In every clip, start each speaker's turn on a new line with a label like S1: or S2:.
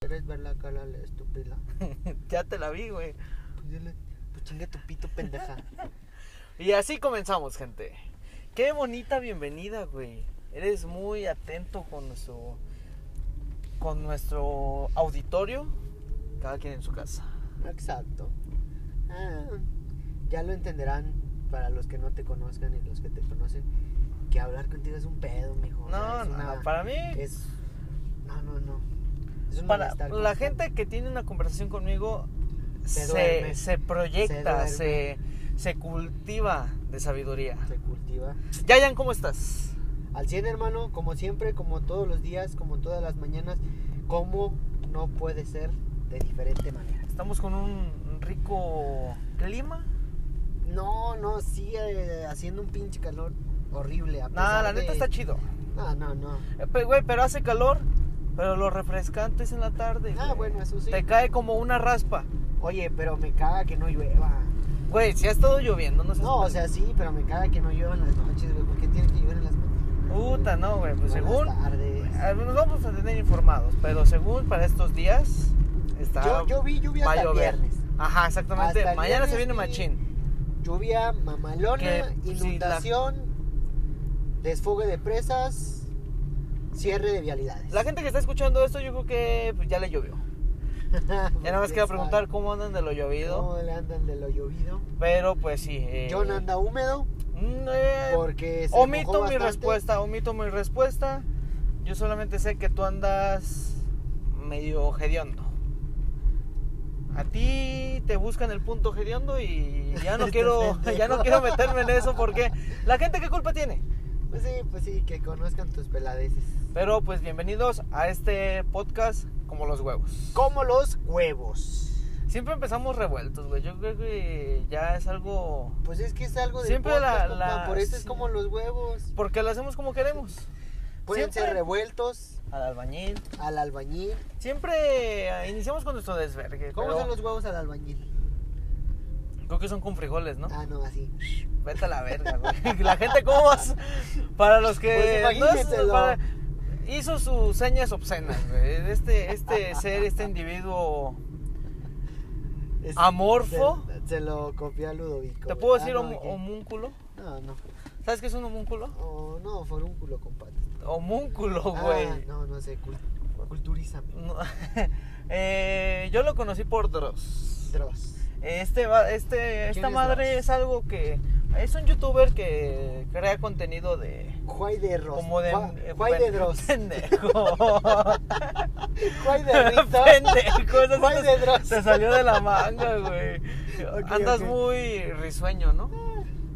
S1: ¿Quieres ver la cara de la estúpida?
S2: ya te la vi, güey.
S1: Pues dile, pues chinga tu pito, pendeja.
S2: Y así comenzamos, gente. Qué bonita bienvenida, güey. Eres muy atento con nuestro con nuestro auditorio, cada quien en su casa.
S1: Exacto. Ah, ya lo entenderán para los que no te conozcan y los que te conocen. Que hablar contigo es un pedo, mijo. O sea,
S2: No,
S1: es
S2: no,
S1: una-
S2: para mí
S1: Es. No, no, no. Es un
S2: para
S1: malestar
S2: la
S1: constante.
S2: gente que tiene una conversación conmigo se,
S1: duerme.
S2: se proyecta,
S1: Se
S2: se, se cultiva de sabiduría.
S1: Se cultiva.
S2: Yayan, ¿cómo estás?
S1: Al 100, hermano, como siempre, como todos los días, como todas las mañanas, como no puede ser de diferente manera.
S2: Estamos con un rico clima.
S1: No, no, sí, eh, haciendo un pinche calor horrible. a
S2: Nah,
S1: pesar
S2: la
S1: de-
S2: neta está chido.
S1: No, no, no.
S2: Eh, pe- Güey, pero hace calor, pero lo refrescante es en la tarde.
S1: Ah,
S2: güey.
S1: bueno, eso sí.
S2: Te cae como una raspa.
S1: Oye, pero me caga que no llueva.
S2: Güey, si ha estado lloviendo, no sé.
S1: No, o sea, sí, pero me caga que no llueva en las noches, güey. ¿Por qué tiene que llover en las mañanas?
S2: Puta, no, güey. Pues
S1: Buenas
S2: según.
S1: tardes.
S2: eh, Nos vamos a tener informados, pero según para estos días. Está.
S1: Yo, yo vi lluvia
S2: va a
S1: hasta
S2: llover.
S1: viernes.
S2: Ajá, exactamente.
S1: Hasta el
S2: Mañana se
S1: viernes
S2: viene
S1: y-
S2: machín.
S1: Lluvia, mamalona,
S2: Que, pues, sí,
S1: inundación, desfogue de presas, cierre de vialidades.
S2: La gente que está escuchando esto, yo creo que pues, ya le llovió. Ya nada más queda preguntar cómo andan de lo llovido.
S1: ¿Cómo le andan de lo llovido?
S2: Pero pues sí. eh,
S1: John anda húmedo
S2: mm, eh,
S1: porque se mojó
S2: omito mi
S1: bastante.
S2: respuesta, omito mi respuesta. Yo solamente sé que tú andas medio hediondo. A ti te buscan el punto hediondo y ya no
S1: Este
S2: quiero ya no
S1: pendejo.
S2: quiero meterme en eso porque la gente qué culpa tiene.
S1: Pues sí, pues sí, que conozcan tus peladeces.
S2: Pero pues bienvenidos a este podcast como los huevos.
S1: Como los huevos.
S2: Siempre empezamos revueltos, güey. Yo creo que ya es algo
S1: Pues es que es algo de
S2: Siempre
S1: podcast,
S2: la-
S1: compa,
S2: la-
S1: por eso es
S2: sí.
S1: como los huevos.
S2: porque lo hacemos como queremos.
S1: Pueden
S2: Siempre.
S1: ser revueltos
S2: Al albañil.
S1: al albañil.
S2: Siempre eh, iniciamos con nuestro desvergue.
S1: ¿Cómo
S2: pero
S1: son los huevos al albañil?
S2: Creo que son con frijoles, ¿no?
S1: Ah, no, así.
S2: Vete a la verga, güey. La gente, ¿cómo vas? Para los que.
S1: Pues imagínenselo.
S2: para- hizo sus señas obscenas, güey. Este, este ser, este individuo.
S1: Es-
S2: Amorfo.
S1: Se, se lo copió a Ludovico.
S2: ¿Te
S1: güey.
S2: puedo
S1: Ah,
S2: decir
S1: no,
S2: hom-
S1: ¿qué?
S2: homúnculo?
S1: No, no.
S2: ¿Sabes qué es un homúnculo?
S1: Oh, no, forúnculo, compadre.
S2: Homúnculo,
S1: Ah,
S2: Oh, güey.
S1: no, no sé, cul- culturízame.
S2: No. Eh, yo lo conocí por Dross.
S1: Dross.
S2: Este, va- este,
S1: ¿Quién
S2: esta
S1: es
S2: madre
S1: Dross?
S2: es algo que. Es un youtuber que crea contenido de.
S1: Juay de Ross.
S2: Como de. eh,
S1: Juay Juay de Dross.
S2: Pendejo.
S1: Juay de Rito.
S2: Pendejo, eso sí
S1: Juay
S2: te-
S1: de Dross.
S2: Te salió de la manga, güey.
S1: Ok,
S2: Andas
S1: ok.
S2: muy risueño, ¿no?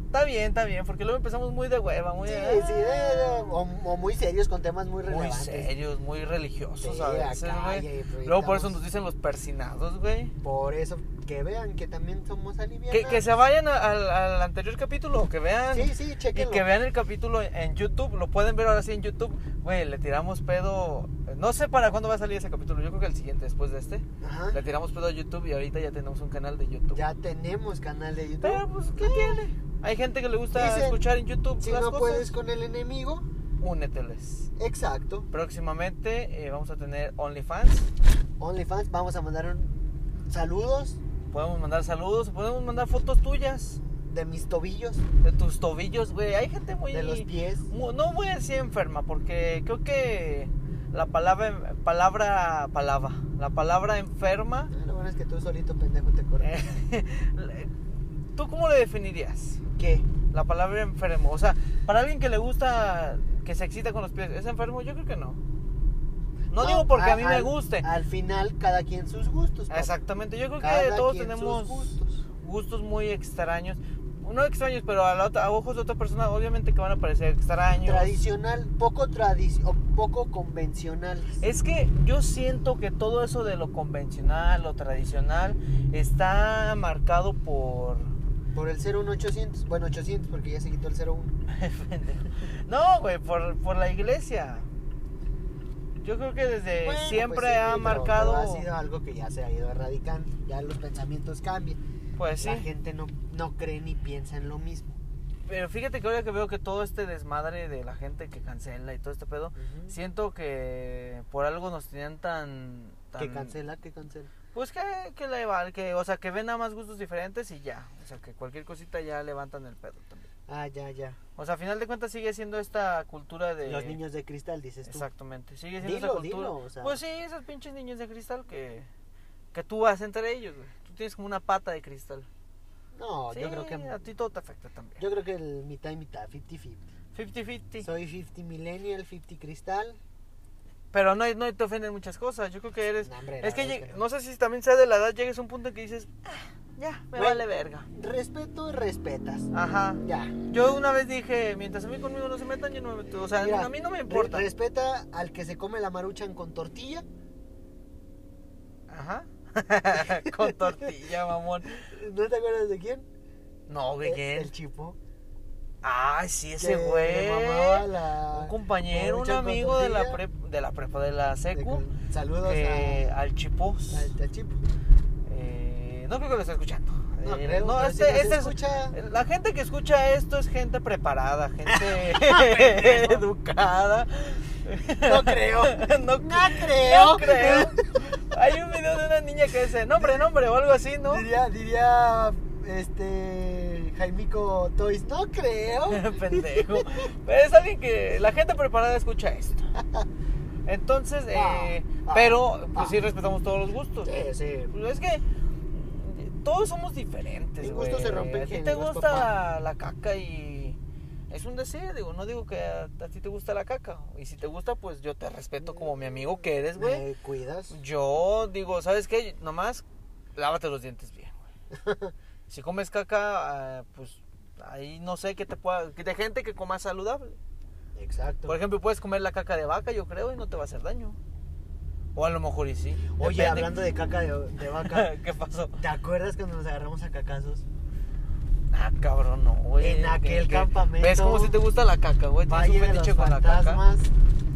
S2: Está bien, está bien, porque luego empezamos muy de hueva, muy
S1: Sí,
S2: ah,
S1: sí, de- de- o, o muy serios con temas muy
S2: muy
S1: relevantes.
S2: serios, muy religiosos
S1: Sí,
S2: a veces,
S1: acá, pues, y
S2: güey.
S1: ahí
S2: Luego por eso
S1: proyectamos.
S2: nos dicen los persinados, güey.
S1: Por eso, que vean que también somos aliviados.
S2: Que, que se vayan a- al, al anterior capítulo, que vean.
S1: Sí, sí,
S2: Y
S1: chequenlo.
S2: que vean el capítulo en YouTube, lo pueden ver ahora sí en YouTube. Güey, le tiramos pedo. No sé para cuándo va a salir ese capítulo, yo creo que el siguiente, después de este.
S1: Ajá.
S2: Le tiramos pedo a YouTube y ahorita ya tenemos un canal de YouTube.
S1: Ya tenemos canal de YouTube.
S2: Pero pues, ¿qué tiene? Hay gente que le gusta
S1: Dicen,
S2: escuchar en YouTube
S1: si
S2: las
S1: no
S2: cosas.
S1: puedes con el enemigo,
S2: Úneteles.
S1: exacto.
S2: Próximamente eh, vamos a tener OnlyFans.
S1: OnlyFans, vamos a mandar un- saludos
S2: Podemos mandar saludos, podemos mandar fotos tuyas,
S1: de mis tobillos,
S2: de tus tobillos, güey. Hay gente muy...
S1: de los pies.
S2: mu- no muy así enferma, porque creo que la palabra... Palabra... Palabra. La palabra enferma...
S1: Ah, Lo bueno es que tú solito, pendejo, te corres.
S2: eh, le- ¿Tú cómo le definirías?
S1: ¿Qué?
S2: La palabra enfermo. O sea, para alguien que le gusta, que se excita con los pies, ¿es enfermo? Yo creo que no. No, digo porque a, mí me
S1: al-
S2: guste.
S1: Al final, cada quien sus gustos. papá.
S2: Exactamente, yo creo que
S1: Cada
S2: todos
S1: quien sus
S2: tenemos
S1: gustos.
S2: gustos muy extraños. No extraños, pero a, la otra- a ojos de otra persona obviamente que van a parecer extraños.
S1: Tradicional, poco tradici- o poco convencionales.
S2: Es que yo siento que todo eso de lo convencional, lo tradicional, está marcado por...
S1: Por el 01800, bueno, 800 porque ya se quitó el 01.
S2: Pendejo. no, güey, por, por la iglesia. Yo creo que desde
S1: Bueno,
S2: Eh, siempre
S1: pues sí,
S2: ha
S1: pero-
S2: marcado...
S1: pero ha sido algo que ya se ha ido erradicando. Ya los pensamientos cambian.
S2: Pues sí.
S1: La gente no, no cree ni piensa en lo mismo.
S2: Pero fíjate que ahora que veo que todo este desmadre de la gente que cancela y todo este pedo, siento que por algo nos tenían tan tan...
S1: Que cancela, que cancela.
S2: Pues que, que le va, que, o sea, que ven a más gustos diferentes y ya. O sea, que cualquier cosita ya levantan el pedo también.
S1: Ah, ya, ya.
S2: O sea, a final de cuentas sigue siendo esta cultura de...
S1: Los niños de cristal, dices tú.
S2: Exactamente. Sigue siendo
S1: Dilo,
S2: esa cultura.
S1: dilo, o sea.
S2: Pues sí, esos pinches niños de cristal que, que tú vas entre ellos, güey. Tú tienes como una pata de cristal.
S1: No,
S2: Sí,
S1: yo creo
S2: a
S1: que.
S2: ti todo te afecta también.
S1: Yo creo que el mitad y mitad, 50-50.
S2: 50-50.
S1: Soy 50 millennial, 50 cristal.
S2: Pero no, no te ofenden muchas cosas. Yo creo que eres.
S1: No, hombre, la
S2: es que,
S1: verdad
S2: lleg-
S1: es que no.
S2: no sé si también sea de la edad, llegues a un punto en que dices, "Ah, ya, me
S1: Güey.
S2: vale verga.
S1: Respeto y respetas.
S2: Ajá.
S1: Ya.
S2: Yo una vez dije, mientras a mí conmigo no se metan, yo no me meto. O sea,
S1: Mira,
S2: a mí no me
S1: re-
S2: importa.
S1: respeta al que se come la maruchan con tortilla.
S2: Ajá. Con tortilla, mamón.
S1: ¿No te acuerdas de quién?
S2: No, güey,
S1: El-
S2: ¿qué
S1: El,
S2: es?
S1: chipo.
S2: Ay, sí,
S1: que
S2: ese güey.
S1: le mamaba la
S2: Un compañero, un
S1: maruchan con
S2: amigo de la,
S1: tortilla.
S2: prep- de la prepa de la secu.
S1: De- Saludos
S2: que- al chipos.
S1: a, al- al chipo.
S2: Eh, no creo que lo esté escuchando.
S1: No,
S2: Eh,
S1: creo,
S2: no,
S1: pero si
S2: este,
S1: nos
S2: este es-
S1: escucha-
S2: La gente que escucha esto es gente preparada, gente educada.
S1: No creo.
S2: no,
S1: No
S2: cre-
S1: creo.
S2: no creo. Hay un video de una niña que dice nombre, nombre o algo así, ¿no?
S1: Diría, diría este Jaimico Toys, no creo.
S2: Pendejo. Pero es alguien que la gente preparada escucha esto. Entonces, eh,
S1: Ah, ah,
S2: pero pues
S1: ah.
S2: sí respetamos todos los gustos.
S1: Sí, sí.
S2: Pues es que todos somos diferentes.
S1: En gusto
S2: güey.
S1: se rompen
S2: A ti te
S1: géneros,
S2: gusta
S1: papá.
S2: la, la caca y es un decir, digo, no digo que a, a ti te gusta la caca. Y si te gusta, pues yo te respeto como mi amigo que eres, güey.
S1: Me cuidas.
S2: Yo digo, ¿sabes qué? Nomás lávate los dientes bien, güey. Si comes caca, ah, pues ahí no sé qué te pueda... De gente que coma saludable.
S1: Exacto.
S2: Por ejemplo, puedes comer la caca de vaca, yo creo, y no te va a hacer daño. O a lo mejor y sí.
S1: Oye,
S2: Depende-
S1: hablando de caca de, de vaca,
S2: ¿Qué pasó?
S1: ¿te acuerdas cuando nos agarramos a cacazos?
S2: Ah, cabrón, no, güey.
S1: En aquel
S2: Que- que-
S1: campamento.
S2: ¿Ves cómo si te gusta la caca, güey? Tienes
S1: Valle
S2: un
S1: de los
S2: fetiche con la caca.
S1: fantasmas.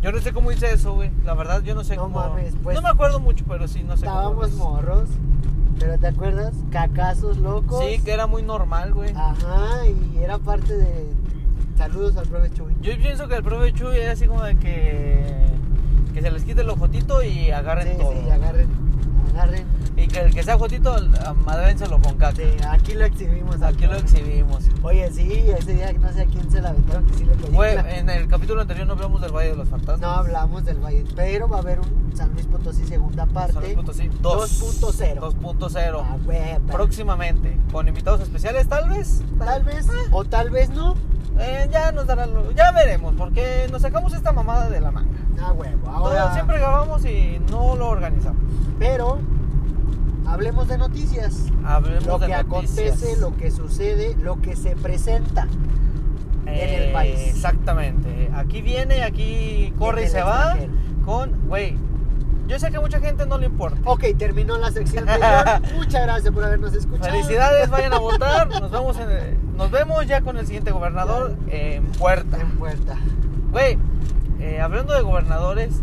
S2: Yo no sé cómo hice eso, güey. La verdad, yo no sé
S1: No
S2: cómo.
S1: mames, pues.
S2: No me acuerdo mucho, pero sí, no sé
S1: Estábamos
S2: cómo.
S1: morros, pero ¿te acuerdas? Cacazos locos.
S2: Sí, que era muy normal, güey.
S1: Ah. Ajá, y era parte de. Saludos al profe Chuy.
S2: Yo pienso que el profe Chuy era así como de que. Que se les quite el ojotito y agarren
S1: Sí,
S2: todo.
S1: sí, agarren. Agarren.
S2: Y que el que sea ojotito, amadrénselo con caca.
S1: Sí, aquí lo exhibimos. al
S2: Aquí lo
S1: profe.
S2: exhibimos.
S1: Oye, sí, ese día no sé a quién se la aventaron, que sí le cayó.
S2: Güey,
S1: la-
S2: en el capítulo anterior no hablamos del Valle de los Fantasmas.
S1: No hablamos del Valle, pero va a haber un San Luis Potosí segunda
S2: San Luis
S1: parte.
S2: Potosí,
S1: 2.0.
S2: 2.0.
S1: Ah, güey, pa-
S2: Próximamente, con invitados especiales tal vez.
S1: Tal vez, o tal vez no.
S2: Eh, ya nos dará, lo- ya veremos, porque nos sacamos esta mamada de la manga.
S1: Ah, huevo,
S2: Todo-
S1: ahora.
S2: siempre grabamos y no lo organizamos.
S1: Pero, hablemos de noticias.
S2: Hablemos
S1: Lo
S2: de
S1: que
S2: noticias.
S1: acontece, lo que sucede, lo que se presenta. en el país.
S2: Eh, Exactamente. Aquí viene, aquí corre y
S1: en el
S2: se va.
S1: extranjero.
S2: Con, güey, yo sé que a mucha gente no le importa.
S1: Ok, terminó la sección anterior. Muchas gracias por habernos escuchado.
S2: Felicidades, vayan a votar. Nos vemos, en el- nos vemos ya con el siguiente gobernador en puerta.
S1: En puerta.
S2: Güey, eh, hablando de gobernadores,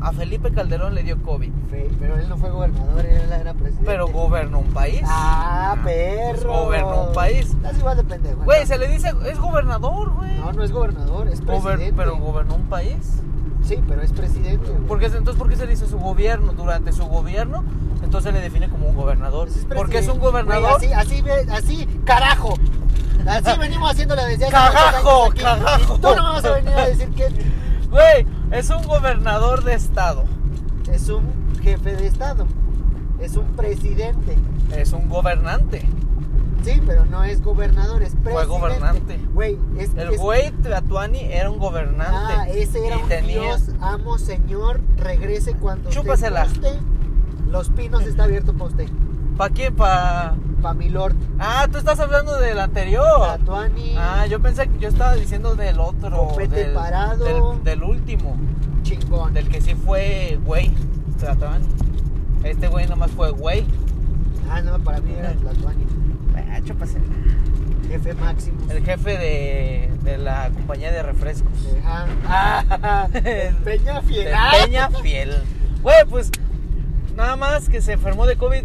S2: a Felipe Calderón le dio COVID,
S1: Fe- Pero él no fue gobernador, él era presidente.
S2: pero gobernó un país.
S1: Ah,
S2: pues,
S1: perro.
S2: gobernó un país.
S1: Estás igual de pendejo.
S2: Güey,
S1: ¿no?
S2: se le dice, es gobernador, güey.
S1: No, no es gobernador, es
S2: Gober-
S1: presidente.
S2: pero gobernó un país.
S1: Sí, pero es presidente. güey.
S2: Porque entonces, ¿por qué se le dice su gobierno? Durante su gobierno, entonces se le define como un gobernador.
S1: Pues
S2: Porque es un
S1: presidente.
S2: gobernador.
S1: Güey, así, así, ve- así, carajo. Así venimos haciéndole desde hace
S2: Cagajo,
S1: muchos años aquí.
S2: cagajo.
S1: Y Tú no vas a venir a decir que
S2: Güey, es un gobernador de estado.
S1: es un jefe de Estado. Es un presidente.
S2: Es un gobernante.
S1: Sí, pero no es gobernador, es presidente.
S2: gobernante.
S1: Güey, es
S2: El
S1: es-
S2: güey Tlatuani era un gobernante.
S1: Ah, ese era
S2: y
S1: un
S2: tenía-
S1: dios, amo, señor, regrese cuando usted
S2: Chúpasela.
S1: guste. Los Pinos está abierto para usted,
S2: ¿Para quién? Para.
S1: para mi lord,
S2: Ah, tú estás hablando del anterior.
S1: Tatuani,
S2: Oh. Ah, yo pensé que yo estaba diciendo del otro.
S1: Copete
S2: del,
S1: parado.
S2: Del, del último.
S1: chingón.
S2: Del que sí fue güey. Tlatuani. Este güey nomás fue güey.
S1: Ah, no, para mí era Tlatuani,
S2: Ah, chúpasela.
S1: jefe máximo.
S2: El jefe de, de la compañía de refrescos.
S1: Ajá. Ah, el Peña Fiel.
S2: De
S1: Ah.
S2: Peña Fiel. Güey, pues nada más que se enfermó de COVID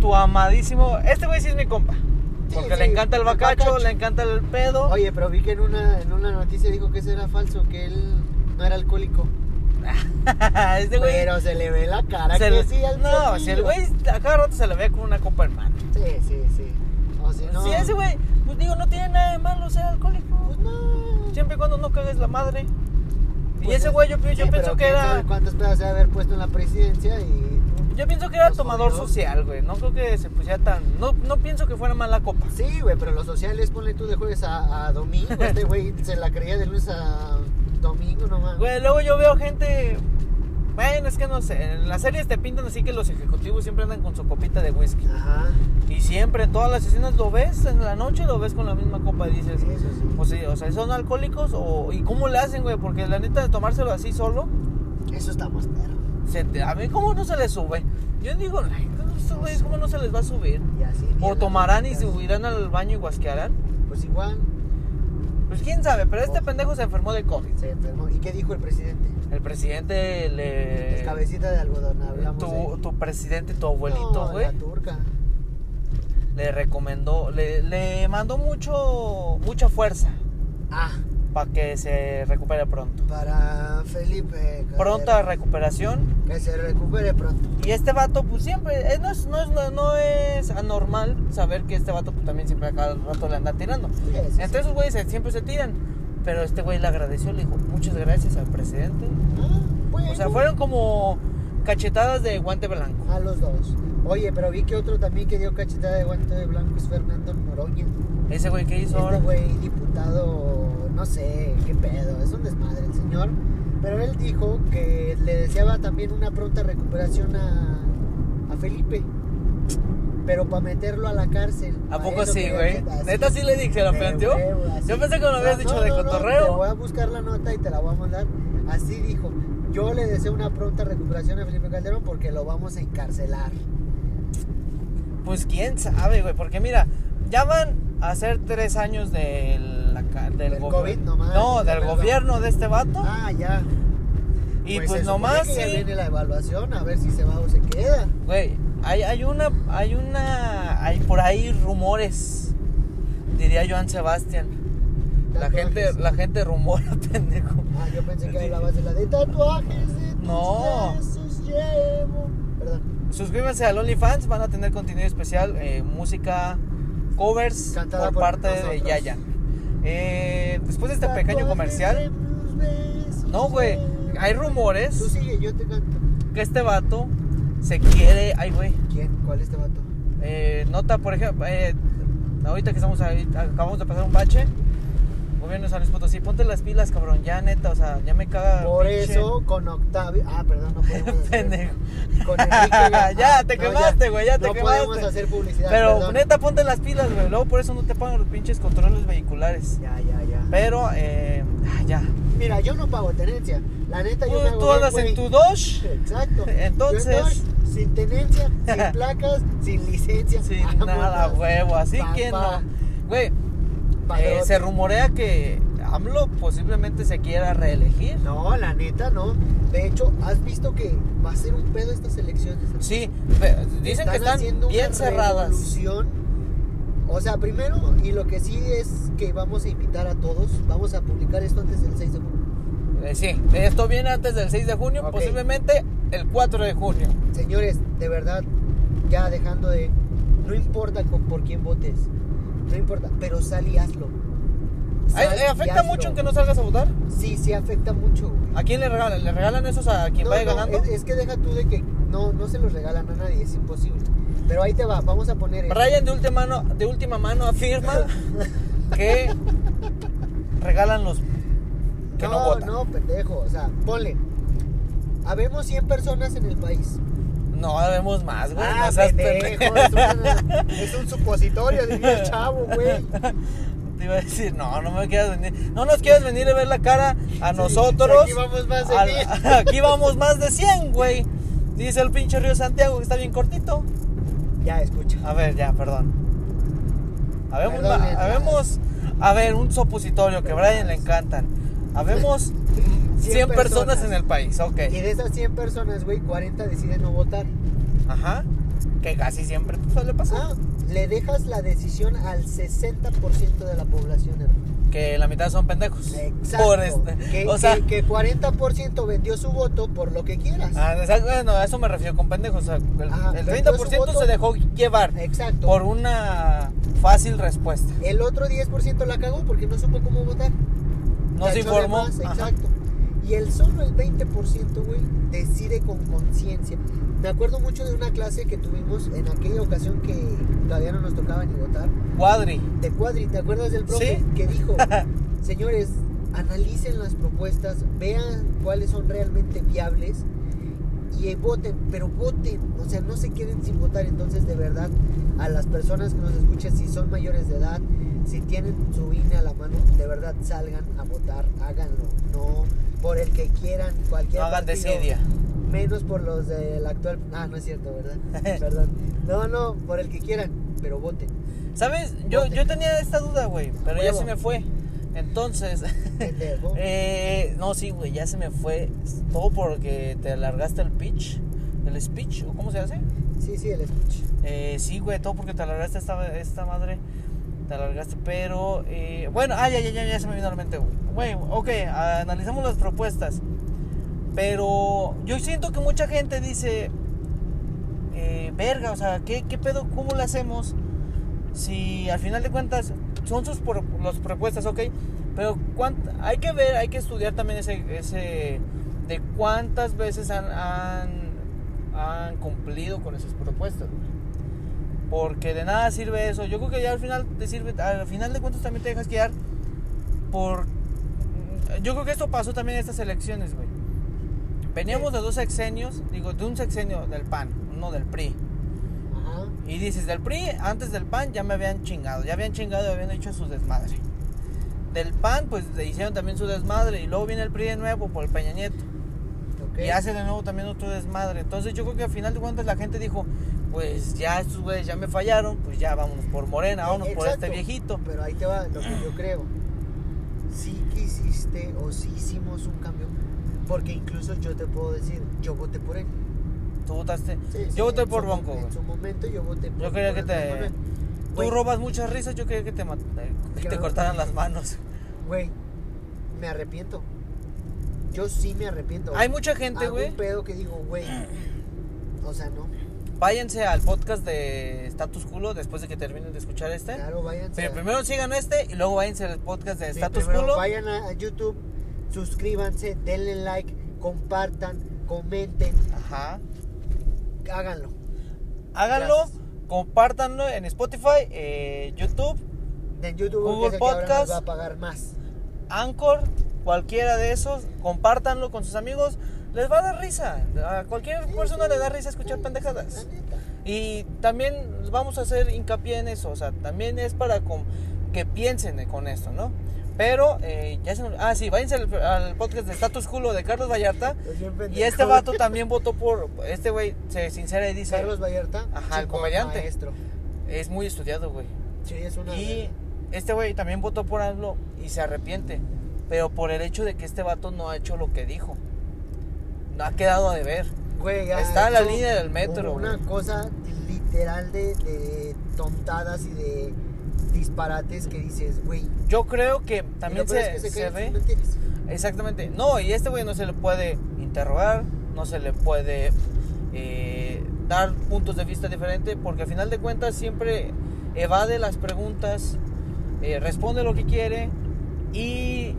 S2: tu amadísimo. Este güey sí es mi compa.
S1: Sí,
S2: Porque
S1: sí,
S2: le encanta el
S1: el
S2: bacacho,
S1: bacacho.
S2: le encanta el pedo.
S1: Oye, pero vi que en una, en una noticia dijo que eso era falso, que él no era alcohólico.
S2: este güey.
S1: Pero se le ve la cara
S2: se
S1: que
S2: le-
S1: sí al
S2: no, si el
S1: viejillo.
S2: güey a cada rato se le veía con una copa en mano.
S1: Sí, sí, sí. O si no.
S2: Si ese güey, pues digo, no tiene nada de malo ser alcohólico.
S1: Pues no.
S2: Siempre y cuando no cagues la madre. y
S1: Pues
S2: ese
S1: es-
S2: güey, yo, pi- yo
S1: sí, pero
S2: pienso que
S1: quién
S2: era.
S1: sabe ¿Cuántos pedazos de haber puesto en la presidencia y.?
S2: Yo pienso que era
S1: Los
S2: tomador
S1: jodidos.
S2: social, güey. No creo que se pusiera tan. No, no pienso que fuera mala copa.
S1: Sí, güey, pero los sociales, ponle tú de jueves a, a domingo. Este güey se la creía de lunes a domingo nomás.
S2: Güey, luego yo veo gente. Bueno, es que no sé. En las series te pintan así que los ejecutivos siempre andan con su copita de whisky.
S1: Ajá.
S2: Y siempre, en todas las escenas lo ves, en la noche lo ves con la misma copa. y Dices,
S1: Sí, eso sí.
S2: pues sí, o sea, ¿son alcohólicos? o ¿Y cómo le hacen, güey? Porque la neta de tomárselo así solo,
S1: Eso está más perro.
S2: se te- a mí, ¿cómo no se les sube? Yo digo, ay, estos güeyes, ¿cómo no se les va a subir?
S1: Y así.
S2: O
S1: bien,
S2: tomarán y
S1: las-
S2: se subirán al baño y guasquearán.
S1: Pues igual
S2: Pues quién sabe, pero
S1: Oh.
S2: este pendejo se enfermó de COVID.
S1: se enfermó. ¿Y qué dijo el presidente?
S2: El presidente le.
S1: Es cabecita de algodón, hablamos.
S2: Eh, tu,
S1: de-
S2: tu presidente, tu abuelito,
S1: No,
S2: güey,
S1: La turca.
S2: le recomendó, le, le mandó mucho, mucha fuerza
S1: Ah,
S2: para que se recupere pronto.
S1: para Felipe. que
S2: Pronta
S1: se-
S2: recuperación.
S1: Que se recupere pronto.
S2: Y este vato, pues siempre, eh, no es, no, es, no, no es anormal saber que este vato pues, también siempre a cada rato le anda tirando.
S1: Sí, sí, sí.
S2: Entre esos güeyes se- siempre se tiran. Pero este güey le agradeció, le dijo muchas gracias al presidente.
S1: Ah, bueno.
S2: O sea, fueron como cachetadas de guante blanco.
S1: A los dos. Oye, pero vi que otro también que dio cachetada de guante de blanco es Fernando Noroña.
S2: Ese güey que hizo
S1: Este
S2: ahora.
S1: güey diputado, no sé qué pedo, es un desmadre el señor. Pero él dijo que le deseaba también una pronta recuperación a, a Felipe. Pero para meterlo a la cárcel.
S2: ¿A
S1: pa'
S2: poco
S1: eso
S2: sí,
S1: que-
S2: güey?
S1: que- así.
S2: Neta sí le dije, se la
S1: De
S2: planteó.
S1: huevo, así.
S2: Yo pensé que me lo habías
S1: No,
S2: dicho
S1: no,
S2: de
S1: no, Te
S2: cotorreo.
S1: voy a buscar la nota y te la voy a mandar. Así dijo. Yo le deseo una pronta recuperación a Felipe Calderón porque lo vamos a encarcelar.
S2: Pues quién sabe, güey. Porque mira, ya van a ser tres años de la ca- del,
S1: Del
S2: gobi-
S1: COVID nomás,
S2: No,
S1: de
S2: del
S1: verdad.
S2: gobierno de este vato.
S1: Ah, ya.
S2: y pues,
S1: se supone
S2: nomás
S1: que ya
S2: sí.
S1: viene la evaluación, a ver si se va o se queda.
S2: Güey, hay, hay una. Hay una. Hay por ahí rumores. Diría Joan Sebastián. La gente,
S1: Tatuajes.
S2: la gente rumora, pendejo.
S1: Ah, yo pensé que
S2: Sí.
S1: hablabas de la de tatuajes de tus
S2: No.
S1: besos llevo. Perdón.
S2: Suscríbanse al OnlyFans, van a tener contenido especial, eh, música, covers
S1: Cantada
S2: por
S1: por
S2: parte de
S1: nosotros.
S2: Yaya. Eh, después de este
S1: Tatuajes
S2: pequeño
S1: de
S2: comercial,
S1: tus besos
S2: no, güey,
S1: llevo.
S2: hay
S1: Tú
S2: rumores
S1: sigue, yo te canto.
S2: que este vato se quiere, ay, güey,
S1: ¿Quién? ¿Cuál este vato?
S2: eh, nota, por ejemplo, eh, ahorita que estamos ahí, acabamos de pasar un bache, gobierno de San Luis Potosí, ponte las pilas, cabrón, ya neta, o sea, ya me caga.
S1: Por
S2: Ah, pinche
S1: eso, con Octavio. Ah, perdón, no podemos. hacer-
S2: Pendejo.
S1: Con Enrique
S2: Ya, te quemaste, güey, ya te
S1: no
S2: quemaste.
S1: podemos hacer publicidad.
S2: Pero
S1: perdón.
S2: neta, ponte las pilas, güey, luego por eso no te pagan los pinches controles vehiculares.
S1: Ya, ya, ya.
S2: Pero, eh, ah, ya.
S1: Mira, yo no pago tenencia. La neta, yo
S2: Tú-
S1: me hago
S2: Pues tú
S1: ver,
S2: andas
S1: güey.
S2: en tu Dodge.
S1: Exacto.
S2: Entonces-
S1: Yo estoy sin tenencia, sin placas, sin licencia.
S2: Sin
S1: Vámonos.
S2: nada, huevo. Así
S1: Pa,
S2: que
S1: pa,
S2: no. Güey,
S1: pa,
S2: eh,
S1: yo-
S2: se rumorea que AMLO posiblemente se quiera reelegir.
S1: No, la neta, no. De hecho, ¿has visto que va a ser un pedo estas elecciones?
S2: Sí, pe- dicen que
S1: haciendo
S2: están bien
S1: una
S2: cerradas.
S1: revolución. O sea, primero, y lo que sí es que vamos a invitar a todos, vamos a publicar esto antes del 6 de junio.
S2: Eh, sí, esto viene antes del 6 de junio,
S1: Ok.
S2: posiblemente el 4 de junio.
S1: Señores, de verdad, ya dejando de... No importa con- por quién votes, no importa, pero sal y hazlo.
S2: Ay,
S1: Sal
S2: eh,
S1: y
S2: ¿Afecta
S1: hazlo.
S2: mucho en que no salgas a votar?
S1: Sí, sí afecta mucho, güey.
S2: ¿A quién le regalan? ¿Le regalan esos a quien
S1: No,
S2: vaya
S1: no,
S2: ganando?
S1: Es, es que deja tú de que no, no se los regalan a nadie, es imposible. Pero ahí te va, vamos a poner. esto.
S2: Brian de última mano, de última mano afirma que regalan los que no,
S1: no,
S2: votan. No.
S1: no, pendejo. O sea, ponle. Habemos 100 personas en el país.
S2: vemos más, Pues, güey. no seas pendejo.
S1: Ah, pendejo, es, una- es un supositorio, diría el chavo, güey.
S2: Te iba a decir, no, no me quieras venir. No nos quieres venir a ver la cara a
S1: Sí,
S2: nosotros.
S1: aquí vamos más de
S2: Al-
S1: 10.
S2: aquí vamos más de 100, güey. Dice el pinche Río Santiago que está bien cortito.
S1: Ya, escucha.
S2: A ver, ya, perdón. Habemos,
S1: Perdón,
S2: ma-
S1: neta.
S2: habemos- a ver, un supositorio que a Brian le encantan. Habemos 100,
S1: 100
S2: personas.
S1: personas.
S2: en el país, ok.
S1: Y de esas 100 personas, güey, 40 deciden no votar.
S2: Ajá. Que casi siempre suele pasar.
S1: Ah, le dejas la decisión al 60% de la población, hermano.
S2: que la mitad son pendejos.
S1: Exacto.
S2: Por este-
S1: que,
S2: o sea,
S1: que- que 40% vendió su voto por lo que quieras.
S2: ah, exacto, bueno, a eso me refiero con pendejos. o sea, el,
S1: Ajá,
S2: el
S1: vendió su
S2: 30%
S1: voto.
S2: se dejó llevar
S1: Ah, Exacto.
S2: por una fácil respuesta.
S1: El otro 10% la cagó porque no supo cómo votar.
S2: No
S1: Tachó
S2: se
S1: de
S2: informó.
S1: más,
S2: Ajá.
S1: exacto. Y el solo el 20%, güey, decide con conciencia. Me acuerdo mucho de una clase que tuvimos en aquella ocasión que todavía no nos tocaba ni votar.
S2: Cuadri.
S1: De Cuadri, ¿te acuerdas del profe
S2: Sí.
S1: que dijo, señores, analicen las propuestas, vean cuáles son realmente viables y eh, voten, pero voten, o sea, no se queden sin votar. Entonces, de verdad, a las personas que nos escuchan, si son mayores de edad, si tienen su INE a la mano, de verdad salgan a votar, háganlo, no por el que quieran, cualquier
S2: No hagan
S1: partido,
S2: desidia.
S1: menos por los del actual, ah, no es cierto, ¿verdad? Perdón. No, no, por el que quieran, pero voten.
S2: ¿Sabes? Yo,
S1: Voten.
S2: yo tenía esta duda, güey, pero ya
S1: Huevo.
S2: se me fue. Entonces,
S1: Pendejo.
S2: eh, no, sí, güey, ya se me fue. Todo porque te alargaste el pitch, el speech, ¿o cómo se hace?
S1: Sí, sí, el speech.
S2: Eh, sí, güey, todo porque te alargaste esta, esta madre. Te alargaste, pero. eh, bueno, ah, ya, ya, ya, ya se me vino a la mente, güey. Güey, ok, analizamos las propuestas. Pero yo siento que mucha gente dice. eh, verga, o sea, ¿qué, qué pedo? ¿Cómo lo hacemos? Si al final de cuentas son sus pro- las propuestas, ok. Pero cuánt- hay que ver, hay que estudiar también ese. ese de cuántas veces han, han, han cumplido con esas propuestas. güey. Porque de nada sirve eso. Yo creo que ya al final te sirve, al final de cuentas también te dejas quedar por... Yo creo que esto pasó también en estas elecciones, güey. Veníamos de dos sexenios, digo, de un sexenio del PAN, uno del PRI.
S1: Ajá.
S2: Y dices, del PRI, antes del PAN ya me habían chingado, ya habían chingado y habían hecho su desmadre. Del PAN, pues le hicieron también su desmadre y luego viene el PRI de nuevo por el Peña Nieto.
S1: ok.
S2: Y hace de nuevo también otro desmadre. Entonces yo creo que al final de cuentas la gente dijo, pues ya estos güeyes ya me fallaron, pues ya vámonos por Morena, vámonos por
S1: E- Exacto.
S2: este viejito.
S1: Pero ahí te va lo que yo creo. Sí que hiciste o sí hicimos un cambio. Porque incluso yo te puedo decir, yo voté por él.
S2: Tú votaste.
S1: Sí, sí,
S2: yo voté
S1: en
S2: por
S1: su-
S2: Bronco,
S1: En
S2: güey.
S1: su momento yo voté por
S2: Yo quería
S1: por
S2: que
S1: Andrés
S2: te-
S1: Manuel.
S2: Tú
S1: Güey,
S2: robas muchas risas, yo quería que te, mat- eh, que
S1: Claro.
S2: te cortaran las manos.
S1: Güey, me arrepiento. Yo sí me arrepiento.
S2: Hay mucha gente,
S1: Hago
S2: güey.
S1: Ah, un pedo que digo, güey. O sea, no.
S2: Váyanse al podcast de Status Culo después de que terminen de escuchar este.
S1: Claro, váyanse.
S2: Pero
S1: a-
S2: primero sigan este y luego váyanse al podcast de
S1: Sí,
S2: Status
S1: primero
S2: Culo.
S1: Vayan a, a YouTube, suscríbanse, denle like, compartan, comenten,
S2: Ajá.
S1: háganlo.
S2: Háganlo,
S1: Gracias.
S2: compártanlo en Spotify, eh, YouTube,
S1: En YouTube
S2: Google
S1: que es el que ahora
S2: Podcast.
S1: nos va a pagar más.
S2: Anchor, cualquiera de esos, compártanlo con sus amigos. Les va a dar risa. A cualquier persona le da risa escuchar pendejadas.
S1: La neta.
S2: Y también vamos a hacer hincapié en eso. O sea, también es para con- que piensen eh, con esto, ¿no? Pero, eh, ya se me- Ah, sí, váyanse al, al podcast de Status Culo de Carlos Vallarta.
S1: Es bien Pues pendejo.
S2: Y este vato también votó por. Este güey se sincera y dice:
S1: Carlos Vallarta.
S2: Ajá, el
S1: chico,
S2: comediante.
S1: Maestro.
S2: Es muy estudiado, güey.
S1: Sí, es una.
S2: Y este güey también votó por AMLO y se arrepiente. Pero por el hecho de que este vato no ha hecho lo que dijo. No ha quedado a deber.
S1: Güey, ha
S2: está en la
S1: hecho
S2: línea del metro,
S1: Una
S2: güey.
S1: cosa literal de, de tontadas y de disparates que dices, güey. y
S2: Yo creo que
S1: lo
S2: también
S1: peor
S2: se,
S1: es que
S2: se
S1: caen sus
S2: ve.
S1: mentiras.
S2: Exactamente. No, y este güey no se le puede interrogar, no se le puede eh, dar puntos de vista diferentes, porque al final de cuentas siempre evade las preguntas, eh, responde lo que quiere y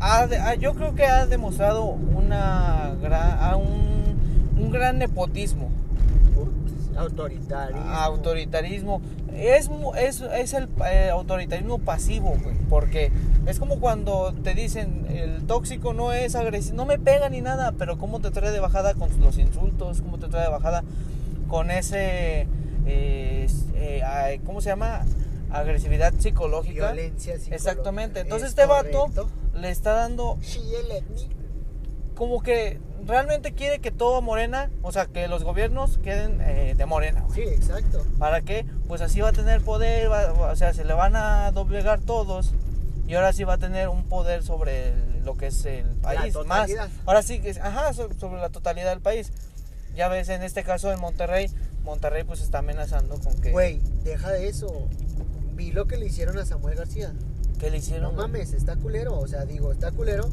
S2: ha de- ha- yo creo que ha demostrado una gra- a un, un gran nepotismo,
S1: Ups, Autoritario.
S2: autoritarismo. Es, mu- es, es el eh, autoritarismo pasivo, güey, porque es como cuando te dicen el tóxico no es agresivo, no me pega ni nada, pero cómo te trae de bajada con los insultos, cómo te trae de bajada con ese, eh, es- eh, ay, ¿cómo se llama? Agresividad psicológica.
S1: Violencia psicológica.
S2: Exactamente. Entonces
S1: Es
S2: este vato
S1: correcto.
S2: le está dando
S1: Sí, él es mi-
S2: como que realmente quiere que todo Morena, o sea, que los gobiernos queden eh, de Morena. güey.
S1: Sí, exacto.
S2: ¿Para qué? Pues así va a tener poder, va- va- o sea, se le van a doblegar todos y ahora sí va a tener un poder sobre el- lo que es el país. más.
S1: totalidad.
S2: Ahora sí que, es- ajá, so- sobre la totalidad del país. Ya ves, en este caso en Monterrey, Monterrey pues está amenazando con que...
S1: Güey, deja de eso. Vi lo que le hicieron a Samuel García.
S2: ¿Qué le hicieron?
S1: No
S2: güey?
S1: mames, está culero. O sea, digo, está culero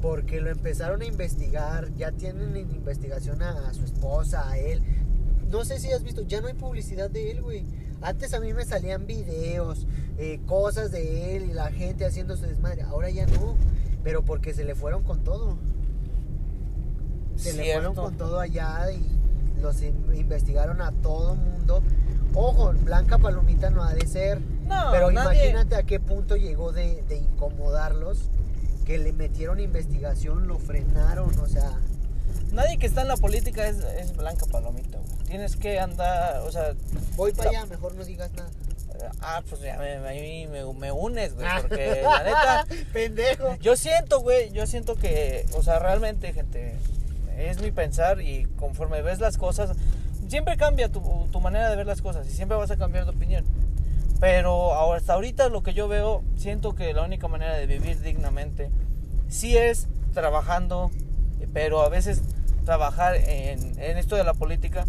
S1: porque lo empezaron a investigar. Ya tienen en investigación a, a su esposa, a él. No sé si has visto, ya no hay publicidad de él, güey. Antes a mí me salían videos, eh, cosas de él y la gente haciendo su desmadre. Ahora ya no, pero porque se le fueron con todo. Se le fueron
S2: Cierto.
S1: con todo allá y los in- investigaron a todo mundo. Ojo, Blanca Palomita no ha de ser.
S2: No,
S1: Pero
S2: nadie-
S1: imagínate a qué punto llegó de, de incomodarlos, que le metieron investigación, lo frenaron, o sea,
S2: Nadie que está en la política es, es blanca palomita, güey. Tienes que andar, o sea,
S1: voy para
S2: La-
S1: allá, mejor no digas nada.
S2: ah, pues ya me, a mí me, me unes, güey,
S1: Ah.
S2: porque la neta,
S1: pendejo.
S2: yo siento, güey, yo siento que, o sea, realmente, gente, es mi pensar y conforme ves las cosas, siempre cambia tu, tu manera de ver las cosas y siempre vas a cambiar de opinión. Pero ahora- hasta ahorita lo que yo veo, siento que la única manera de vivir dignamente sí es trabajando, pero a veces trabajar en, en esto de la política,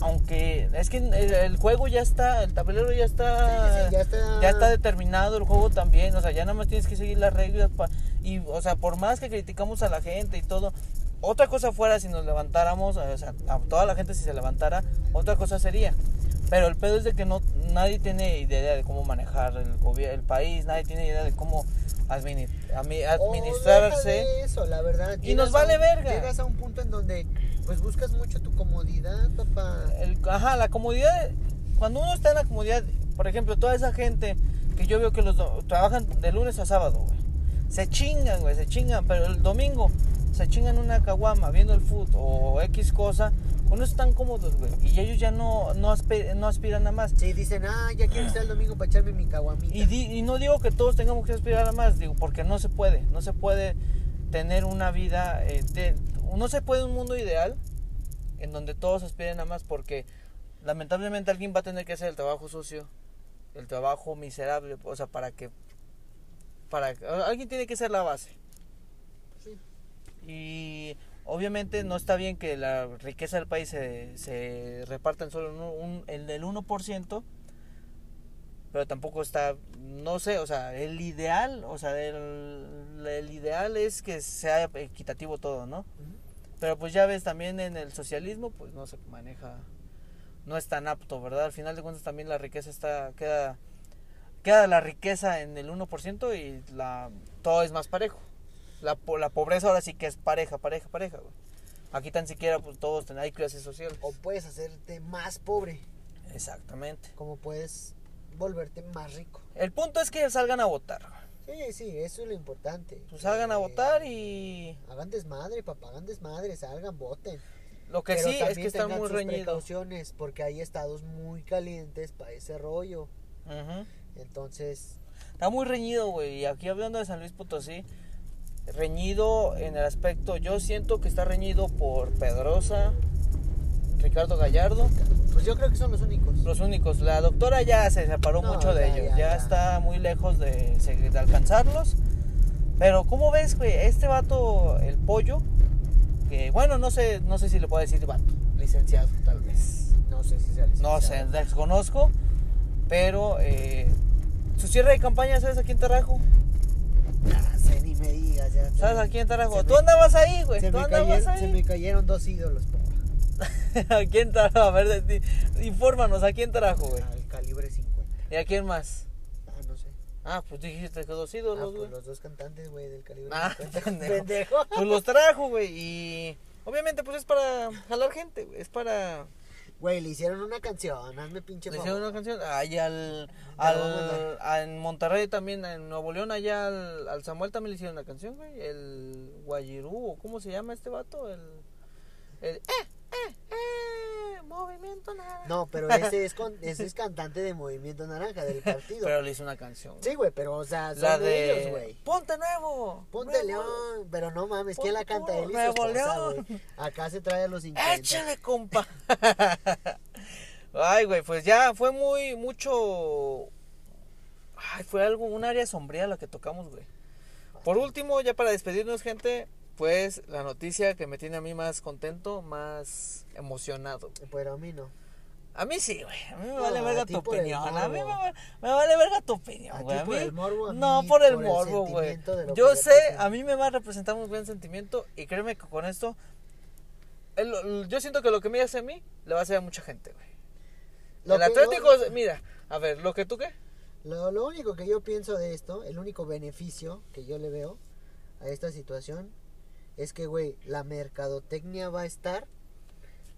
S2: aunque es que el, el juego ya está, el tablero ya está,
S1: Sí, sí, ya está.
S2: ya está determinado, el juego también, o sea, ya nada más tienes que seguir las reglas, pa- y o sea, por más que criticamos a la gente y todo, otra cosa fuera si nos levantáramos, o sea, a toda la gente si se levantara, otra cosa sería. Pero el pedo es de que no, nadie tiene idea de cómo manejar el, gobier- el país, nadie tiene idea de cómo admini- ami-
S1: O
S2: administrarse.
S1: Oh, deja de eso, la verdad.
S2: Y
S1: llegas
S2: nos
S1: a
S2: vale
S1: un-
S2: verga.
S1: Llegas a un punto en donde, pues buscas mucho tu comodidad, papá.
S2: El- ajá, la comodidad, cuando uno está en la comodidad, por ejemplo, toda esa gente que yo veo que los do- trabajan de lunes a sábado, güey. Se chingan, güey, se chingan, pero el domingo se chingan una caguama viendo el fútbol o X cosa. Unos están cómodos, güey, y ellos ya no, no, aspe- no aspiran a más.
S1: Sí, dicen, ah, ya quiero estar el domingo para echarme mi caguamita.
S2: Y, di- y no digo que todos tengamos que aspirar a más, digo, porque no se puede, no se puede tener una vida, eh, de- no se puede un mundo ideal en donde todos aspiren a más, porque lamentablemente alguien va a tener que hacer el trabajo sucio, el trabajo miserable, o sea, para que, para, alguien tiene que ser la base.
S1: Sí.
S2: Y obviamente no está bien que la riqueza del país se, se reparta en solo un, un- el del 1%, pero tampoco está, no sé, o sea, el ideal, o sea, el, el ideal es que sea equitativo todo, ¿no? Pero pues ya ves, también en el socialismo, pues no se maneja, no es tan apto, ¿verdad? Al final de cuentas también la riqueza está, queda, queda la riqueza en el 1% y la, todo es más parejo. La, po- la pobreza ahora sí que es pareja, pareja, pareja, güey. Aquí tan siquiera pues todos ten- hay clases sociales.
S1: O puedes hacerte más pobre,
S2: Exactamente.
S1: como puedes volverte más rico.
S2: El punto es que salgan a votar.
S1: Sí, sí, eso es lo importante.
S2: Pues salgan a
S1: Eh,
S2: votar y
S1: Hagan desmadre, papá, hagan desmadre, salgan, voten.
S2: lo que
S1: Pero
S2: sí es
S1: también
S2: que están
S1: tengan
S2: muy
S1: sus
S2: reñidos.
S1: precauciones, porque hay estados muy calientes para ese rollo.
S2: Ujú.
S1: Entonces,
S2: Está muy reñido, güey. Y aquí hablando de San Luis Potosí, reñido en el aspecto, yo siento que está reñido por Pedrosa, Ricardo Gallardo,
S1: pues yo creo que son los únicos.
S2: los únicos. La doctora ya se separó
S1: No,
S2: mucho de
S1: ya,
S2: ellos,
S1: ya,
S2: ya,
S1: ya.
S2: está muy lejos de, se- de alcanzarlos. Pero ¿cómo ves, güey? Este vato, el pollo, que bueno, no sé, no sé si le puedo decir vato, licenciado tal vez.
S1: No sé si sea
S2: No sé,
S1: licenciado.
S2: desconozco, pero eh, su cierre de campaña, ¿sabes a quién te rajo?
S1: Ah, sé, ni me digas. ya.
S2: ¿Sabes a quién Tarajo?
S1: Se
S2: Tú
S1: me-
S2: andabas ahí, güey.
S1: se
S2: Tú
S1: me
S2: andabas
S1: cayeron- Se me
S2: ahí.
S1: cayeron dos ídolos, papá.
S2: ¿A quién trajo? A ver, de- de- infórmanos, ¿a quién trajo, güey?
S1: Al calibre 50.
S2: ¿Y a quién más?
S1: Ah, no sé.
S2: Ah, pues dijiste que dos
S1: Ah,
S2: ídolos,
S1: pues
S2: güey.
S1: los dos cantantes, güey, del calibre
S2: Ah,
S1: 50.
S2: pendejo. Pues los trajo, güey. Y obviamente, pues es para jalar gente, güey. Es para.
S1: Güey, le hicieron una canción. Hazme pinche
S2: Le hicieron una
S1: favor.
S2: canción. Ahí al.
S1: Ya vamos,
S2: al a- en Monterrey también, en Nuevo León, allá al, al Samuel también le hicieron una canción, güey. El Guayirú, o ¿cómo se llama este vato? El. El. ¡Eh, eh, eh! Movimiento nada.
S1: No, pero ese es, con, ese es cantante de Movimiento Naranja, del partido.
S2: Pero le hizo una canción. güey.
S1: Sí, güey, pero, o sea, son
S2: la de
S1: ellos, güey.
S2: Ponte Nuevo.
S1: Ponte
S2: Nuevo.
S1: León, pero no mames, ¿quién la canta
S2: Ponte
S1: él? y su
S2: Nuevo
S1: esposa,
S2: León.
S1: güey? Acá se trae a los 50.
S2: Échale, compa. Ay, güey, pues ya fue muy mucho Ay, fue algo un área sombría la que tocamos, güey. Por último, ya para despedirnos, gente, pues la noticia que me tiene a mí más contento, más emocionado.
S1: Pero a mí no.
S2: A mí sí, güey. A mí me
S1: No,
S2: vale
S1: a
S2: verga
S1: ti
S2: tu
S1: por el
S2: opinión. A mí me,
S1: morbo.
S2: va- me vale verga tu
S1: A
S2: opinión,
S1: ti
S2: güey. A
S1: por
S2: mí-
S1: el morbo, a
S2: No,
S1: mí
S2: por el
S1: por el
S2: morbo, güey.
S1: sentimiento de lo que
S2: Yo sé,
S1: representa.
S2: a mí me va a representar un buen sentimiento. Y créeme que con esto. el- el- yo siento que lo que me hace a mí le va a hacer a mucha gente, güey.
S1: Lo
S2: el
S1: que-
S2: Atlético,
S1: lo-
S2: mira, a ver, lo que tú qué.
S1: Lo, lo único que yo pienso de esto, el único beneficio que yo le veo a esta situación, es que, güey, la mercadotecnia va a estar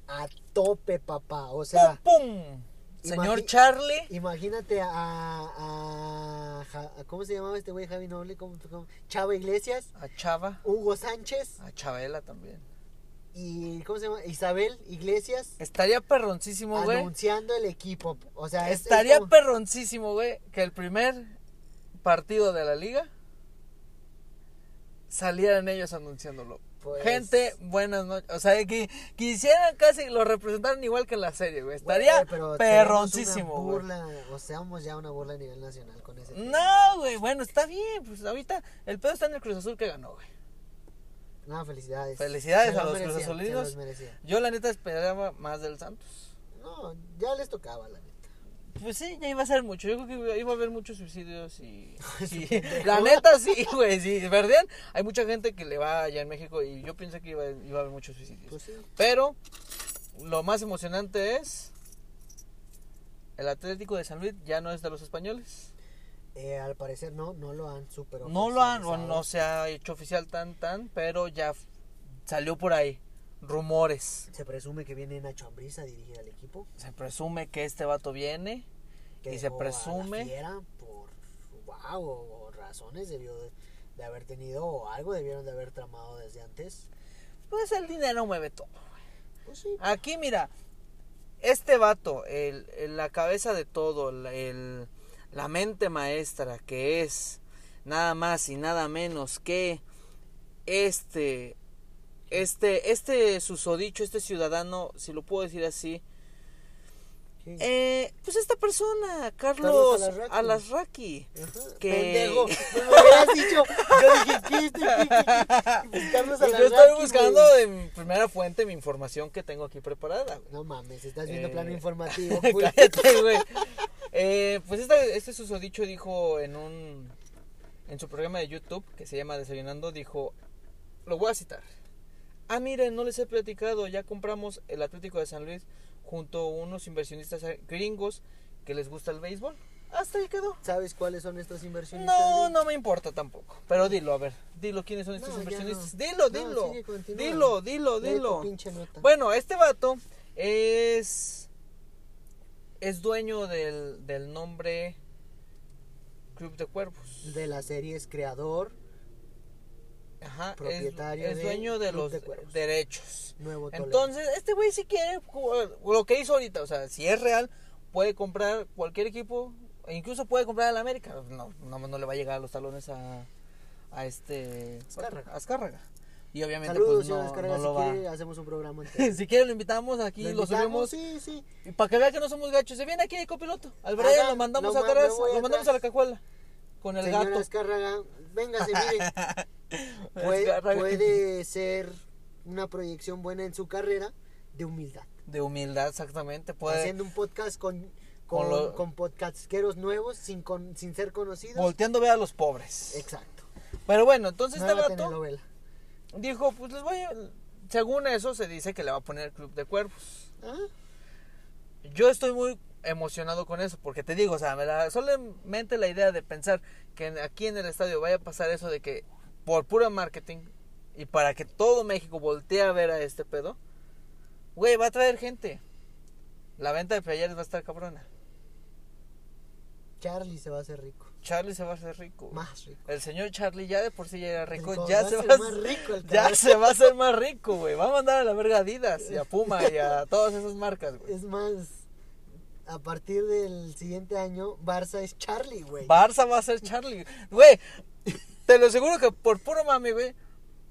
S1: a tope, papá. O sea,
S2: ¡Pum, pum! Señor
S1: imagi-
S2: Charlie.
S1: imagínate a, a- Ja- a- ¿Cómo se llamaba este güey, Javi Noble? ¿Cómo- cómo? Chava Iglesias,
S2: A Chava.
S1: Hugo Sánchez
S2: A Chabela también.
S1: y, ¿cómo se llama? Isabel Iglesias
S2: Estaría perroncísimo, güey.
S1: anunciando el equipo. O sea, es- es
S2: Estaría
S1: como-
S2: perroncísimo, güey, que el primer partido de la liga salieran ellos anunciándolo.
S1: Pues-
S2: Gente, buenas noches. O sea, que quisieran casi lo representaran igual que en la serie,
S1: Güey,
S2: güey. Estaría
S1: pero tenemos
S2: perroncísimo,
S1: una
S2: güey.
S1: burla, o seamos ya una burla a nivel nacional con ese. tema.
S2: No, güey, bueno, está bien. Pues ahorita el pedo está en el Cruz Azul que ganó, güey.
S1: No, felicidades.
S2: Felicidades
S1: Se
S2: a
S1: lo
S2: los
S1: merecían,
S2: cruzazulinos.
S1: se los merecían.
S2: Yo, la neta, esperaba más del Santos.
S1: No, ya les tocaba, la neta.
S2: Pues sí, ya iba a ser mucho. Yo creo que iba a haber muchos suicidios y... sí. La neta sí, güey. Si perdían, hay mucha gente que le va allá en México y yo pensé que iba, iba a haber muchos suicidios.
S1: Pues sí.
S2: Pero lo más emocionante es... El Atlético de San Luis ya no es de los españoles.
S1: Eh, al parecer no, no lo han superado.
S2: No lo han, o no se ha hecho oficial tan tan, pero ya f- salió por ahí rumores.
S1: Se presume que viene Nacho Ambriz a dirigir al equipo.
S2: Se presume que este vato viene.
S1: Que
S2: Y se
S1: dejó a la
S2: presume-
S1: Fiera por, wow, o, o razones debió de, de haber tenido o algo debieron de haber tramado desde antes.
S2: Pues el dinero mueve todo.
S1: Pues sí.
S2: Aquí, mira, este vato, el, el- la cabeza de todo, la- el- la mente maestra, que es nada más y nada menos que este, este, este susodicho, este ciudadano, si lo puedo decir así,
S1: Sí.
S2: eh, pues esta persona, Carlos
S1: Carlos Alasraqui.
S2: Alasraqui.
S1: Ajá,
S2: que-
S1: Pendejo, no me hubieras dicho. Yo dije, ¿qué este? ¿Qué, qué, qué? Buscarlos a
S2: Yo
S1: la
S2: estoy
S1: Raki,
S2: buscando
S1: güey.
S2: de mi primera fuente mi información que tengo aquí preparada. güey.
S1: No mames, estás viendo
S2: Eh,
S1: plano informativo. Julio.
S2: Cállate, güey. Eh, pues esta- este susodicho dijo en un. En su programa de YouTube, que se llama Desayunando, dijo. Lo voy a citar. Ah, miren, no les he platicado. Ya compramos el Atlético de San Luis junto a unos inversionistas gringos que les gusta el béisbol. Hasta ahí quedó.
S1: ¿Sabes cuáles son estos inversionistas?
S2: No,
S1: güey?
S2: no me importa tampoco. Pero dilo, a ver. Dilo, ¿quiénes son estos
S1: No, ya
S2: inversionistas?
S1: no.
S2: Dilo,
S1: No,
S2: dilo.
S1: sigue, continúa.
S2: dilo, dilo,
S1: Lee tu
S2: dilo.
S1: pinche nota.
S2: Bueno, este vato es. Es dueño del, del nombre Club de Cuervos.
S1: De la serie es creador,
S2: Ajá, es-
S1: Propietario
S2: es,
S1: de
S2: dueño de
S1: Club
S2: los
S1: de Cuervos.
S2: derechos.
S1: nuevo Toledo.
S2: Entonces, este güey si quiere, jugar- lo que hizo ahorita, o sea, si es real, puede comprar cualquier equipo, e incluso puede comprar al América. No, no, no le va a llegar a los talones a, a este...
S1: Azcárraga.
S2: a Azcárraga. Y obviamente
S1: Saludos,
S2: pues
S1: señor
S2: no,
S1: Escarga,
S2: no lo va...
S1: si quiere hacemos un programa entero.
S2: si quieren lo invitamos aquí,
S1: ¿Lo
S2: lo,
S1: invitamos?
S2: subimos.
S1: Sí, sí.
S2: Y para que vea que no somos gachos, se viene aquí de copiloto. Al Brian
S1: Ajá,
S2: lo mandamos
S1: lo
S2: a
S1: ma-
S2: atrás,
S1: Ah, me voy
S2: lo mandamos
S1: atrás.
S2: a la cajuela. Con el
S1: Señora
S2: gato.
S1: Azcárraga, véngase, mire. Puede,
S2: Azcárraga.
S1: puede ser una proyección buena en su carrera de humildad.
S2: De humildad, exactamente. Puede,
S1: Haciendo un podcast con, con,
S2: Con lo-
S1: con podcastqueros nuevos sin, con- sin ser conocidos.
S2: volteando ve a los pobres.
S1: Exacto.
S2: Pero bueno, entonces
S1: Nueva
S2: este vato
S1: telenovela.
S2: dijo, pues les voy a... Según eso se dice que le va a poner el Club de Cuervos.
S1: Ah,
S2: Yo estoy muy emocionado con eso, porque te digo, o sea, me la- solamente la idea de pensar que en- aquí en el estadio vaya a pasar eso de que por pura marketing y para que todo México voltee a ver a este pedo, güey, va a traer gente. La venta de playeres va a estar cabrona.
S1: Charlie se va a hacer rico.
S2: Charlie se va a hacer rico. güey.
S1: Más rico.
S2: El señor Charlie ya de por sí ya era rico,
S1: Rico,
S2: ya,
S1: va a
S2: se
S1: ser
S2: va a
S1: más rico el
S2: ya
S1: cabrón.
S2: se va a hacer más rico, güey. Va a mandar a la verga a Adidas y a Puma y a todas esas marcas, güey.
S1: Es más, a partir del siguiente año, Barça es Charlie, güey.
S2: Barça va a ser Charlie, güey. Te lo aseguro que por puro mami, güey.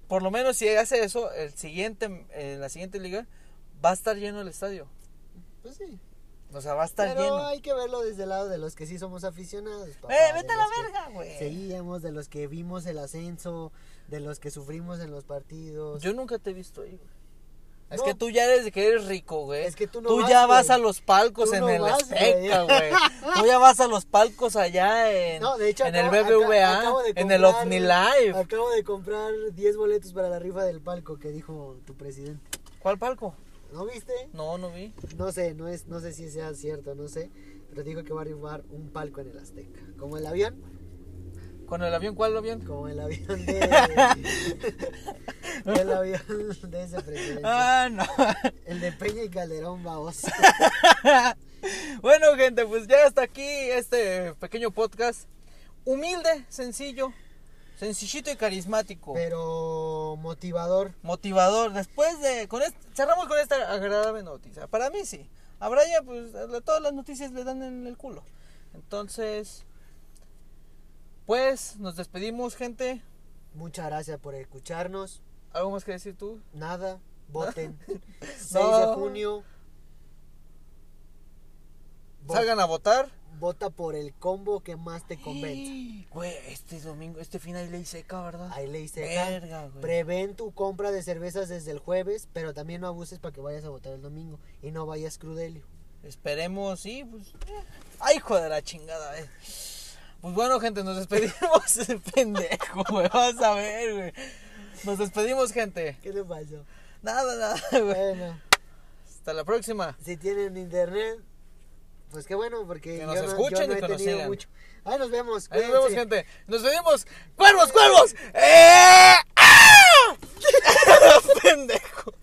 S2: Por lo menos si hace eso, el siguiente, en la siguiente liga va a estar lleno el estadio.
S1: Pues sí.
S2: O sea, va a estar
S1: Pero
S2: lleno.
S1: hay que verlo desde el lado de los que sí somos aficionados. papá,
S2: Eh,
S1: de
S2: vete a la
S1: los que
S2: verga, güey.
S1: Seguíamos, de los que vimos el ascenso, de los que sufrimos en los partidos.
S2: Yo nunca te he visto ahí, güey. Es
S1: No.
S2: que tú ya eres de que eres rico, güey.
S1: Es que tú no
S2: Tú
S1: vas,
S2: ya vas
S1: güey.
S2: a los palcos
S1: Tú
S2: en
S1: no
S2: el
S1: vas,
S2: Azteca,
S1: güey.
S2: güey. Tú ya vas a los palcos allá en,
S1: No, de hecho,
S2: en
S1: acabo-
S2: el BBVA,
S1: aca- acabo de
S2: en el
S1: comprar-
S2: OVNI Live.
S1: Acabo de comprar 10 boletos para la rifa del palco que dijo tu presidente.
S2: ¿Cuál palco?
S1: ¿No viste?
S2: No, no vi.
S1: No sé, no es no sé si sea cierto, no sé, pero dijo que va a rifar un palco en el Azteca, como el avión,
S2: ¿Con el avión? ¿Cuál avión?
S1: como el avión de el avión de ese presidente.
S2: Ah, no.
S1: El de Peña y Calderón, vamos.
S2: bueno, gente, pues ya hasta aquí este pequeño podcast. Humilde, sencillo, sencillito y carismático.
S1: Pero motivador.
S2: motivador. Después de. Con este- cerramos con esta agradable noticia. Para mí sí. A Brian, pues a- todas las noticias le dan en el culo. Entonces. Pues nos despedimos, gente.
S1: Muchas gracias por escucharnos.
S2: ¿Algo más que decir tú?
S1: Nada, voten. 6 de
S2: No.
S1: junio. Vo-
S2: Salgan a votar.
S1: Vota por el combo que más te convence.
S2: Güey, este domingo, este fin hay ley seca, ¿verdad?
S1: Ahí le hice acá.
S2: Verga, güey.
S1: Prevén tu compra de cervezas desde el jueves, pero también no abuses para que vayas a votar el domingo y no vayas crudelio.
S2: Esperemos, sí, pues. eh. Ay, hijo de la chingada, eh. Pues bueno, gente, nos despedimos. Pendejo, güey. Vas a ver, güey. Nos despedimos, gente.
S1: ¿Qué te pasó?
S2: Nada, nada, güey.
S1: Bueno,
S2: Hasta la próxima.
S1: si tienen internet, pues qué bueno, porque
S2: Que
S1: yo
S2: nos
S1: no, yo
S2: escuchen
S1: no
S2: y
S1: he
S2: que nos
S1: tenido
S2: sigan.
S1: mucho. Ahí nos vemos.
S2: Ahí nos
S1: cuídense.
S2: vemos, gente. Nos vemos. ¡Cuervos, cuervos! ¡Eh! ¡Ah! ¡Pendejo!